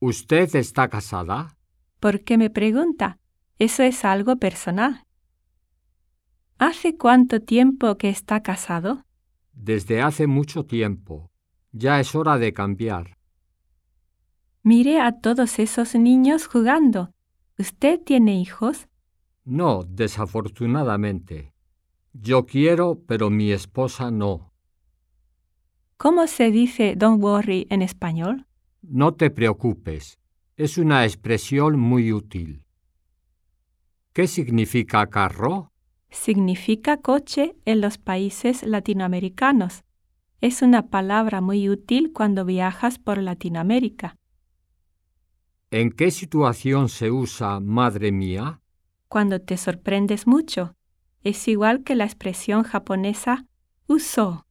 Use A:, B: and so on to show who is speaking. A: ¿Usted está casada?
B: ¿Por qué me pregunta? Eso es algo personal. ¿Hace cuánto tiempo que está casado?
A: Desde hace mucho tiempo. Ya es hora de cambiar.
B: Mire a todos esos niños jugando. ¿Usted tiene hijos?
A: No, desafortunadamente. Yo quiero, pero mi esposa no.
B: ¿Cómo se dice don't worry en español?
A: No te preocupes. Es una expresión muy útil. ¿Qué significa carro?
B: Significa coche en los países latinoamericanos. Es una palabra muy útil cuando viajas por Latinoamérica.
A: ¿En qué situación se usa madre mía?
B: Cuando te sorprendes mucho, es igual que la expresión japonesa uso.